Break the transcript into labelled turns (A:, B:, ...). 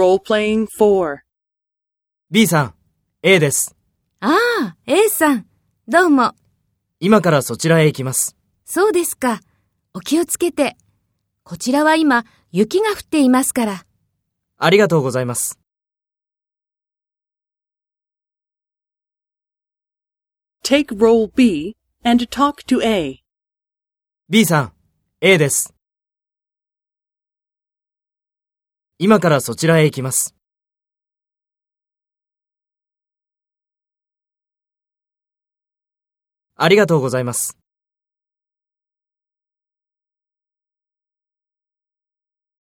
A: Role-playing 4.
B: B さん、A です。
C: ああ、A さん。どうも。
B: 今からそちらへ行きます。
C: そうですか。お気をつけて。こちらは今、雪が降っていますから。
B: ありがとうございます。
A: Take role B and talk to A.
B: B さん、A です。今からそちらへ行きます。ありがとうございます。